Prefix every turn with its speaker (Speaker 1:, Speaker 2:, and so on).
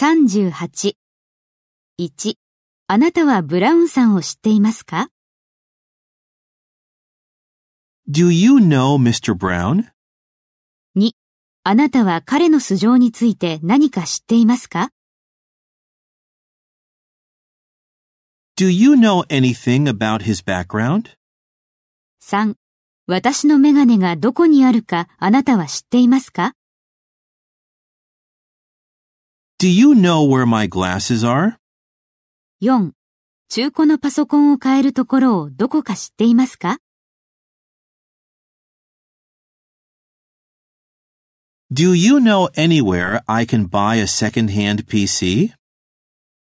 Speaker 1: 38。1. あなたはブラウンさんを知っていますか
Speaker 2: Do you know Mr. Brown?
Speaker 1: 2. あなたは彼の素性について何か知っていますか
Speaker 2: Do you know anything about his background?
Speaker 1: 3. 私のメガネがどこにあるかあなたは知っていますか
Speaker 2: Do you know where my glasses are?
Speaker 1: 4. 中古のパソコンを買えるところをどこか知っていますか
Speaker 2: Do you know anywhere I can buy a second-hand PC?